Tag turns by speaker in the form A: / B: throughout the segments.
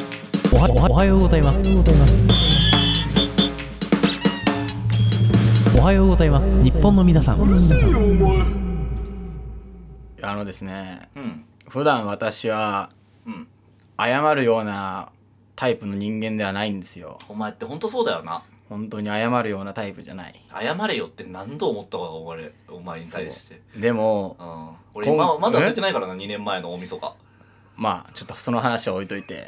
A: はおはようございます。おはようございます。日本の皆さん。
B: あのですね
C: うん
B: 普段私は
C: うん
B: 謝るようなタイプの人間ではないんですよ
C: お前ってほんとそうだよな
B: 本当に謝るようなタイプじゃない
C: 謝れよって何度思ったかお前お前に対して
B: でも
C: うん俺
B: こん
C: 今まだ忘れてないからな2年前の大晦日
B: まあちょっとその話は置いといて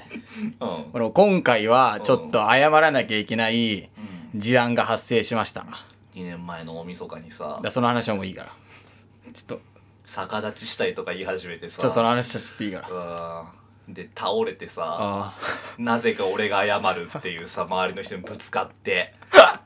C: うん、
B: この今回はちょっと謝らなきゃいけない
C: うん、
B: 事案が発生しましただか
C: 2年前の大晦日にさ
B: らその話はもういいからちょっと
C: 逆立ちしたいとか言い始めてさ
B: ちょっとその話はちょっといいから
C: うんで倒れてさ
B: あ
C: なぜか俺が謝るっていうさ周りの人にぶつか って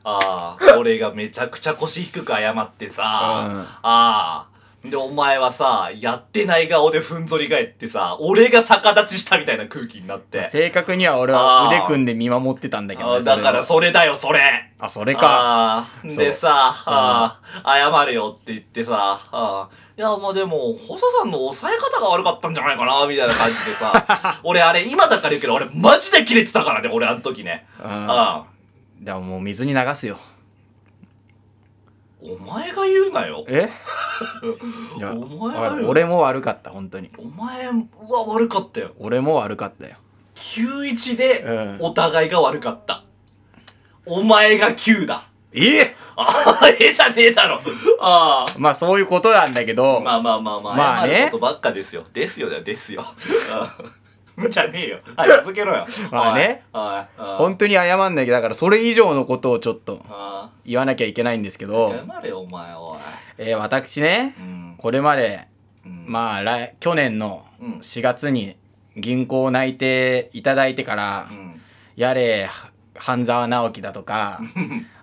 C: ああ俺がめちゃくちゃ腰低く謝ってさ
B: うん
C: ああでお前はさやってない顔でふんぞり返ってさ俺が逆立ちしたみたいな空気になっ
B: あ、まあ
C: て
B: 正確には俺は
C: あー
B: 腕組んで見守ってたんだけど
C: あ
B: ね
C: だから
B: れを
C: それだよそれ
B: あそれか
C: ああ
B: そう
C: でさああ謝れよって言ってさああいやまあでも細さんの抑え方が悪かったんじゃないかなみたいな感じで さ俺あれ今だから言うけど俺マジでキレてたからね俺あの時ね
B: あ
C: ああ
B: でももう水に流すよ
C: お前が言うなよ
B: えいや
C: お前
B: わか
C: 悪
B: る
C: い
B: 俺も悪かった本当に
C: お前は悪かったよ
B: 俺も悪かったよ
C: 91で
B: うん
C: お互いが悪かった、お前が9だ
B: ええ
C: ああええじゃねえだろああ
B: まあそういうことなんだけど、
C: まあまあまあまあ、
B: まあね
C: 謝ることばっかですよ。ですよだよ、ですよ。うんじゃねえよ。はい、続けろよ。
B: まあね
C: はい。はい。
B: 本当に謝んなきゃだからそれ以上のことをちょっと
C: あ
B: 言わなきゃいけないんですけ
C: あ。
B: ど、
C: 謝れよ、お前、おい。
B: えー私ね
C: うん。
B: これまで
C: うん
B: まあ来去年の
C: うん
B: 4月に銀行を内定いただいてから、
C: うん。
B: やれ半沢直樹だとか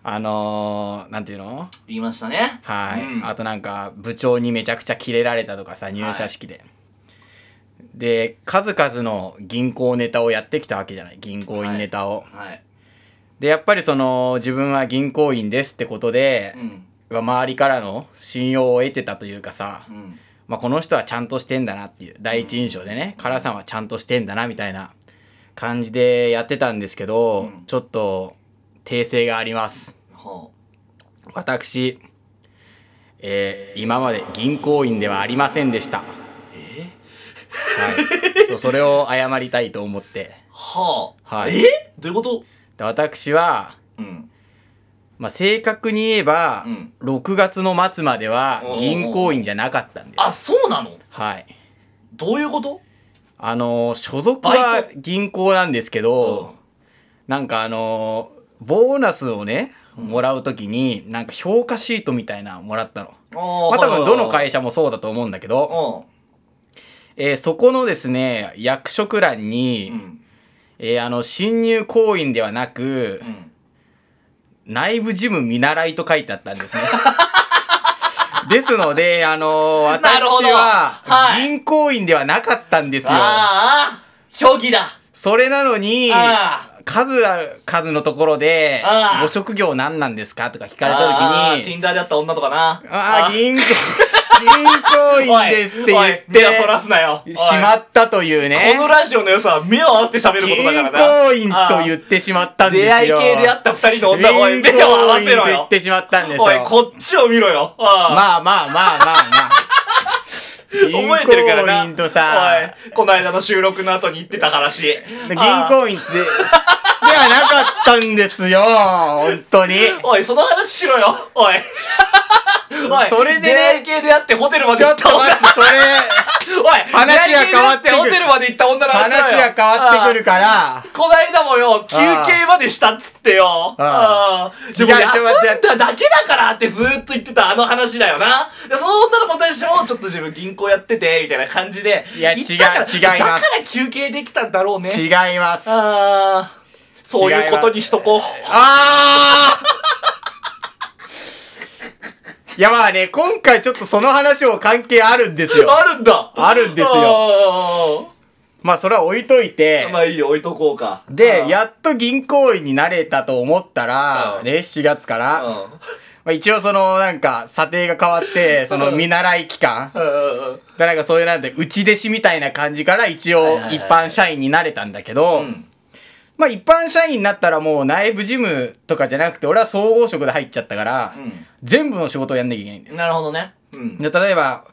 B: あのー、なんていうの
C: 言いましたね。
B: はい、
C: うん
B: あとなんか部長にめちゃくちゃキレられたとかさ入社式で、で数々の銀行ネタをやってきたわけじゃない銀行員ネタを、
C: はい。
B: でやっぱりその自分は銀行員ですってことで
C: う、ん。
B: 周りからの信用を得てたというかさ、
C: うん。
B: まあ、この人はちゃんとしてんだなっていう第一印象でね、唐さんはちゃんとしてんだなみたいな感じでやってたんですけど、
C: うん
B: ちょっと訂正があります
C: ほ
B: 私、えー今まで銀行員ではありませんでしたは
C: う。え
B: いそうそれを謝りたいと思って
C: はあ。
B: はい
C: えどういうこと
B: で私は、
C: うん。
B: まあ、正確に言えば、
C: うん
B: 6月の末までは
C: おー
B: 銀行員じゃなかったんです
C: あ、そうなの
B: はい
C: どういうこと
B: あのー所属
C: バ
B: は
C: イト
B: 銀行なんですけど、なんかあのーボーナスをねもらうときになんか評価シートみたいなのもらったの、
C: うん。あ
B: まあ多分どの会
C: 社
B: 社もそうだと思うんだけ
C: う
B: ど、
C: ん。
B: えーそこのですね役職欄に、
C: うん。
B: えーあの新入行員ではなく、
C: うん。
B: 内部事務見習いと書いてあったん ですねですのであのー
C: なるほ
B: 私
C: ど
B: は
C: はい
B: 銀行員ではなかったんですよ、
C: ああ。虚偽だ。
B: それなのに
C: ああ。
B: 数ある数のところで
C: あ
B: 「
C: あ
B: ご職業何なんですか?」とか聞かれ
C: あ
B: た
C: ー
B: 時に
C: Tinder であった女とかな
B: 「ああ銀行銀行員です」って
C: おい
B: 言
C: おい目をそら
B: っ
C: すなよお
B: て
C: い
B: しまったというね
C: このラジオの良さは目を合わせて喋る
B: 銀
C: ことだからな
B: 行員と言ってしまったんですよ
C: 出会い系であった二人の女おい
B: 銀
C: 目を合わ
B: 行員と
C: せろ
B: 言っ
C: よ
B: てしまったんですよ
C: おいこっちを見ろよあ
B: まあまあまあまあまあ銀
C: 覚えてるからな
B: 行員とさ
C: おいこの間の収録の後に言ってた話
B: 銀行員ってではなかったんですよ本当 に
C: おいその話しろよ おいおい
B: それでね
C: 出会い系であってホテルまで
B: ちょ
C: 行っ
B: ったと
C: 女
B: 待ってそれ
C: おい
B: 話が変わってくる
C: 出会い系であホテルまで行った女の話
B: 話
C: しろよ
B: が変わってくるから
C: この間もよ、休憩までしたっつってよ。
B: あ
C: ああでも
B: 違うちょ
C: 休
B: っと待って
C: んだだけだからってずーっと言ってたあの話だよな。でその女の子に対しても、ちょっと自分銀行やってて、みたいな感じで。
B: いや
C: 言ったから
B: 違う違います
C: だから休憩できたんだろうね。
B: 違います。あ
C: ああそういうことにしとこう。
B: あーいやまあね、今回ちょっとその話も関係あるんですよ。
C: あるんだ
B: あるんです
C: よ。
B: まあそれは置いといて
C: ああ。まあいいよ、置いとこうか。あ
B: で
C: あ、
B: やっと銀行員になれたと思ったら
C: う、ん
B: ね、4月から、
C: うん
B: まあ、一応そのなんか査定が変わって、その見習い期間、
C: うんうん
B: でなんかそういうなんて、内弟子みたいな感じから一応
C: いはいはい
B: 一般社員になれたんだけど、
C: うん。
B: まあ一般社員になったらもう内部事務とかじゃなくて、俺は総合職で入っちゃったから、全部の仕事をやんなきゃいけないんだよ。
C: なるほどね。うん。
B: で例えば、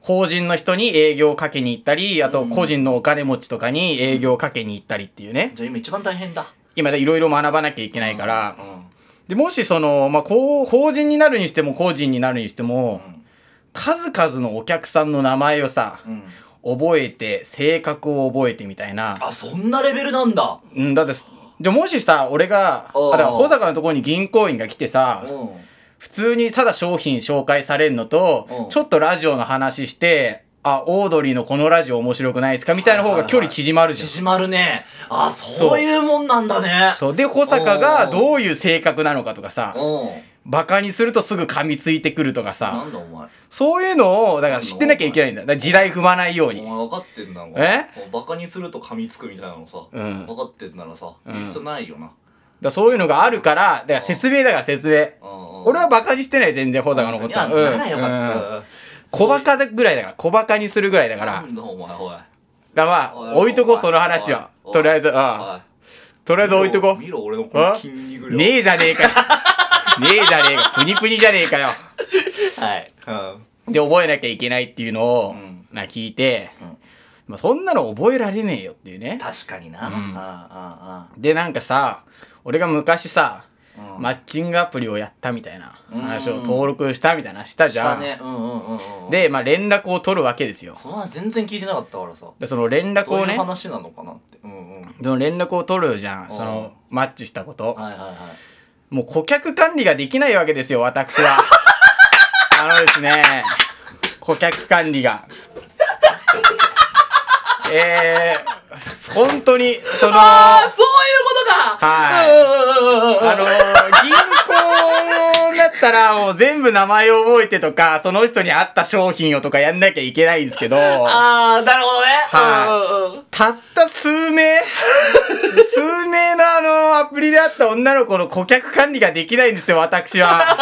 B: 法人の人に営業をかけに行ったり、あと個人のお金持ちとかに営業をかけに行ったりっていうね。
C: じゃあ今一番大変だ。
B: 今いろいろ学ばなきゃいけないから、
C: う
B: でもしその、まあ、こう法人になるにしても個人になるにしても、
C: ん
B: 数々のお客さんの名前をさ、
C: ん。うん。
B: 覚えて性格を覚えてみたいな、
C: あ、そんなレベルなんだ。
B: うん、だってすじゃあもしさ俺が
C: おう
B: だから保坂のところに銀行員が来てさ
C: うん。
B: 普通にただ商品紹介されるの
C: お
B: と
C: う
B: ちょっとラジオの話してあオードリーのこのラジオ面白くないですかみたいな方が距離縮まるじゃん、
C: 縮まるね。あ、
B: そう
C: そういうもんなんだね。
B: そうで保坂がどういう性格なのかとかさ
C: うん。
B: バカにするとすぐ噛みついてくるとか
C: な
B: さ
C: んだお前。
B: そういうのをだから知ってなきゃいけないんだだから地雷踏まないよう
C: お
B: に
C: 前分かってんなお前
B: え
C: バカにすると噛みつくみたいなのさ、
B: うん
C: 分かってんならさ
B: うん
C: 一緒ないよな、
B: だからそういうのがあるからだから説明だから説明
C: うん
B: 俺はバカにしてない全然保坂のことは、
C: いやならよ
B: うんうん
C: かった
B: 小バカぐらいだから小バカにするぐらいだから
C: な
B: だか
C: んだお前おい
B: らまあ置いとこうその話は
C: おいおい
B: とりあえずああ
C: おい
B: とりあえず置いとこ
C: 見ろ見ろ俺のこ
B: あ
C: の筋肉
B: う
C: 量
B: ねえじゃねえかよねえじゃねえかプニプニじゃねえかよ
C: はいうん
B: で覚えなきゃいけないっていうのを、
C: うん
B: な聞いて、
C: うん
B: まあ、そんなの覚えられねえよっていうね
C: 確かにな、
B: うん
C: あ
B: でなんかさ俺が昔さ
C: あああ
B: マッチングアプリをやったみたいな
C: うん
B: 話を登録したみたいなしたじゃん、
C: ねうんうんうんうん
B: で、まあ、連絡を取るわけですよ
C: その話全然聞いてなかったからさ
B: でその連絡
C: どう
B: を
C: いう
B: ね
C: 話なのかなってうんうんはい
B: その連絡を取るじゃんそのマッチしたこと
C: はいは
B: もう顧客管理ができないわけですよ私はあのですね顧客管理がえー、本当にその
C: い
B: あ
C: そういうことか
B: の
C: は
B: 銀行だったらもう全部名前を覚えてとかその人に合った商品をとかやんなきゃいけないんですけど
C: ああなるほどね
B: はい
C: うんうんうん
B: たった数 名数名のあのアプリであった女の子の顧客管理ができないんですよ私は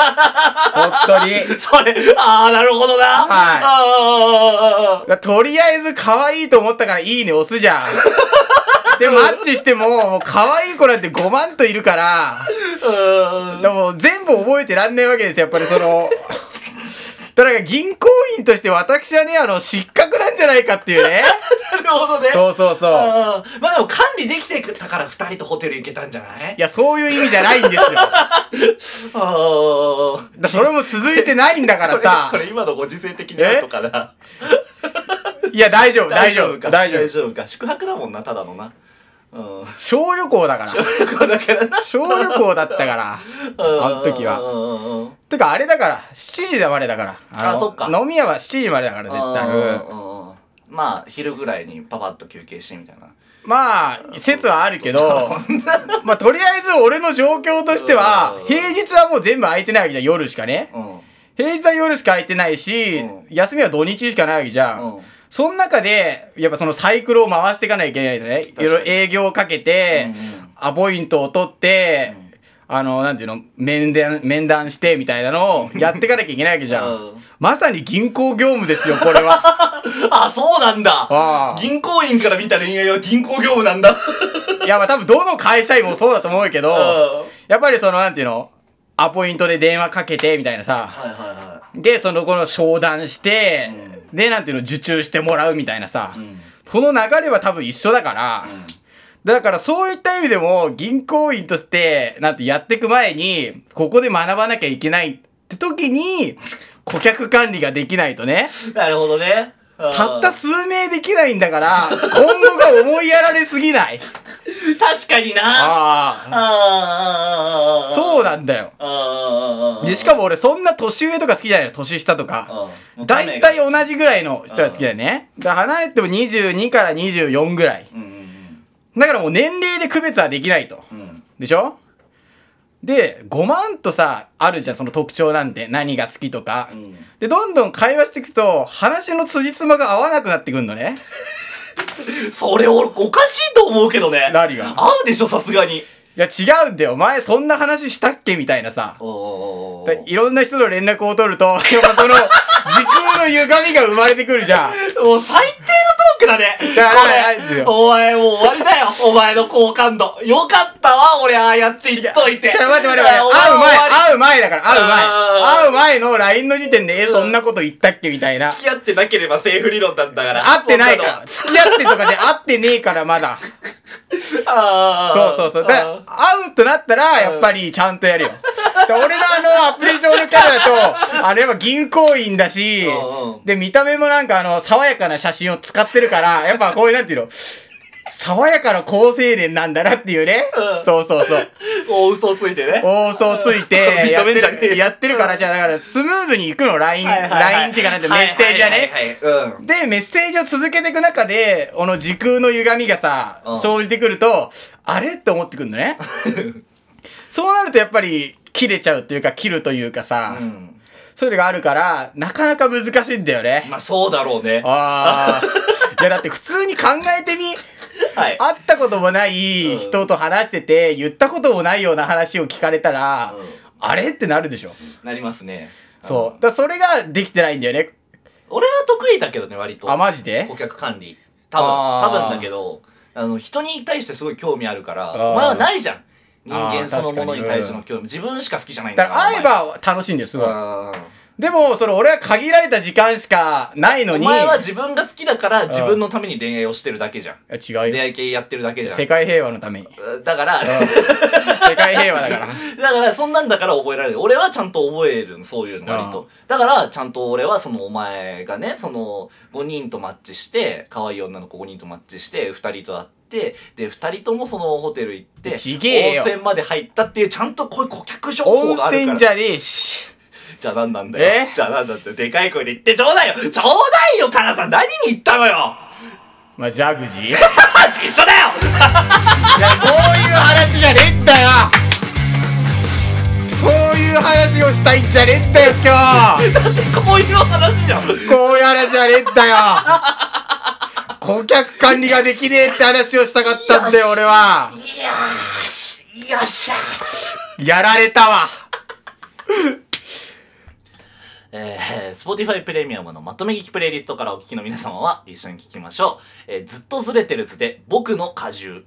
B: 本当に
C: それ、ああ、なるほどな。は
B: とりあえず可愛いと思ったからいいね押すじゃ んでマッチしてももう可愛い子なんて5万といるから
C: い。う
B: でも全部覚えてらんないわけですよやっぱりそのだから銀行員として私はねあの失格なんじゃないかっていうね
C: ん。なるほどね。
B: そうそうそううん
C: まあでも管理できてたから二人とホテル行けたんじゃない
B: いやそういう意味じゃないんですよ
C: あ
B: だそれも続いてないんだから さ
C: これこれ今のご時世的になとかな。
B: いや、大丈夫、大丈夫、
C: か。
B: 大丈
C: 大
B: 夫。
C: 丈夫か。宿泊だもんな、ただのな。うん。
B: 小旅行だから。
C: だからな。
B: 小旅行だったから。あの時は
C: うんうんうんうん。
B: てか、あれだから、7時までだから。の
C: あそっか
B: 飲み屋は7時までだから、絶対。
C: うん
B: うん
C: うんうんまあ、昼ぐらいにパパッと休憩してみたいな。
B: まあ、説はある けど、まあ、とりあえず俺の状況としては
C: うん、
B: 平日はもう全部空いてないわけじゃん、夜しかね。
C: うん。
B: 平日は夜しか空いてないし
C: うん、
B: 休みは土日しかないわけじゃん。
C: うん
B: その中で、やっぱそのサイクルを回していかなきゃいけないんだね。い
C: かに
B: ろいろ営業をかけて、
C: うんうん
B: アポイントを取って、あの、なんていうの、面談、面談してみたいなのを やっていかなきゃいけないわけじゃん。
C: うん
B: まさに銀行業務ですよ、これ は。
C: あ、そうなんだ
B: ああ
C: 銀行員から見た恋愛は銀行業務なんだ。
B: いや、まあ多分どの会社員もそうだと思うけ
C: うん
B: ど、
C: はい
B: やっぱりその、なんていうの、アポイントで電話かけてみたいなさ、
C: はいは
B: で、その後の商談して、で、なんていうの、受注してもらうみたいなさ、
C: ん
B: この流れは多分一緒だから、だからそういった意味でも銀行員としてなんてやっていく前にここで学ばなきゃいけないって時に顧客管理ができないとね
C: い。なるほどね。うん
B: たった数名できないんだから今後が思いやられすぎない
C: 確かにな。あ
B: ああ
C: あ
B: そう
C: だ。
B: なんだよ
C: ああ。
B: でしか
C: も、
B: も俺そんな年上とか好きじゃないの年下とか
C: うん
B: 大体。同じぐらいの人が好きだよねだから離れても22から24ぐらい
C: うんうん
B: だからもう年齢で区別はできないと
C: うんうん。
B: でしょで5万とさあるじゃんその特徴なんて何が好きとか、
C: うん
B: でどんどん会話していくと話の辻褄が合わなくなってくんのね
C: それ俺おかしいと思うけどね。
B: 何が
C: 合うでしょ、さすがに。
B: いや違うんだよお前そんな話したっけみたいなさ
C: おお
B: だいろんな人の連絡を取るとやっぱその時空の歪みが生まれてくるじゃん
C: もう最低のトックだね。
B: いやいや
C: こ
B: い
C: れ
B: や
C: お前もう終わりだよ。お前の好感度。よかったわ、俺ああやって言っといて。
B: ちょっと待って待って待って。
C: お前
B: 会う前
C: 終わ、り
B: 会う前だから、会う前。
C: あー
B: 会う前の LINE の時点で、え、そんなこと言ったっけみたいな。
C: 付き合ってなければセーフ理論なんだから。
B: 会ってないから。
C: そ
B: 付き合ってとかで会ってねえから、まだ。
C: んなのあ
B: そうそうそう。だ
C: だ
B: から会うとなったら、やっぱりちゃんとやるよ。で俺のあの、アプリ上のキャラだ と、あれは銀行員だし
C: うんうん、
B: で、見た目もなんかあの、爽やかな写真を使ってるから、やっぱこういう、なんていうの、爽やかな好青年なんだなっていうね
C: うん。
B: そうそうそう。
C: お嘘ついてね。
B: 放送ついてやっ
C: 認めんじゃね
B: て
C: えよ
B: るやってるからじゃあだからスムーズにいくの LINE
C: はいはいはい
B: LINE っていうかなんてメッセージはね。
C: はいはいはいうん。
B: でメッセージを続けていく中でこの時空の歪みがさ
C: うん
B: 生じてくるとあれって思ってくるの ねそうなるとやっぱり切れちゃうっていうか切るというかさ
C: うん
B: そういうのがあるからなかなか難しいんだよね
C: まあそうだろうね。
B: ああ いやだって普通に考えてみ
C: はい。
B: 会ったこともない人と話してて言ったこともないような話を聞かれたら
C: うん
B: あれってなるでしょ
C: なりますね。
B: そう。だ
C: ん。
B: からそれができてないんだよね。
C: 俺は得意だけどね、割と。
B: あ、マジで
C: 顧客管理多分
B: あー
C: 多分だけどあの人に対してすごい興味あるから
B: あー
C: お前はないじゃん人
B: あー
C: 間そのものに対しての興味自分しか好きじゃないん
B: だ
C: だ
B: か
C: から
B: ら会えば楽しいんです
C: お
B: ごい
C: 前。は
B: でも、その俺は限られた時間しかないの
C: うんお
B: に。
C: 前は自分が好きだから自分のために恋愛をしてるだけじゃん
B: いや違う
C: 出
B: よ。
C: 会い系やってるだけじゃ
B: 世
C: ん
B: 界平和のた めに。
C: だから
B: うん世界平和だから。
C: だからそんなんだから覚えられる俺はちゃんと覚えるのそういうの割とだからちゃんと俺はそのお前がねその5人とマッチして可愛い女の子5人とマッチして2人と会ってで2人ともそのホテル行って
B: ちげえよ
C: 温泉まで入ったっていうちゃんとこういう顧客情報
B: 温
C: があるか
B: 泉
C: ら
B: じゃねえし。
C: じゃあ何なんだよ
B: え
C: じゃあ何なんだってでかい声で言ってちょうだいよちょうだいよカナさん何に言ったのよ
B: まあ、ジャグ ジーいや、
C: 一緒だよ
B: そういう話じゃねえんだよそういう話をしたいんじゃねえんだよ、今日
C: だってこういう話じゃん
B: こういう話じゃねえん だよ顧客管理ができねえって話をしたかったんだよ、俺は。
C: いやーしよっしゃ
B: やられたわ
C: えー、Spotify プレミアムのまとめ聞きプレイリストからお聞きの皆様は一緒に聞きましょう。えーずっとずれてる図で僕の果汁。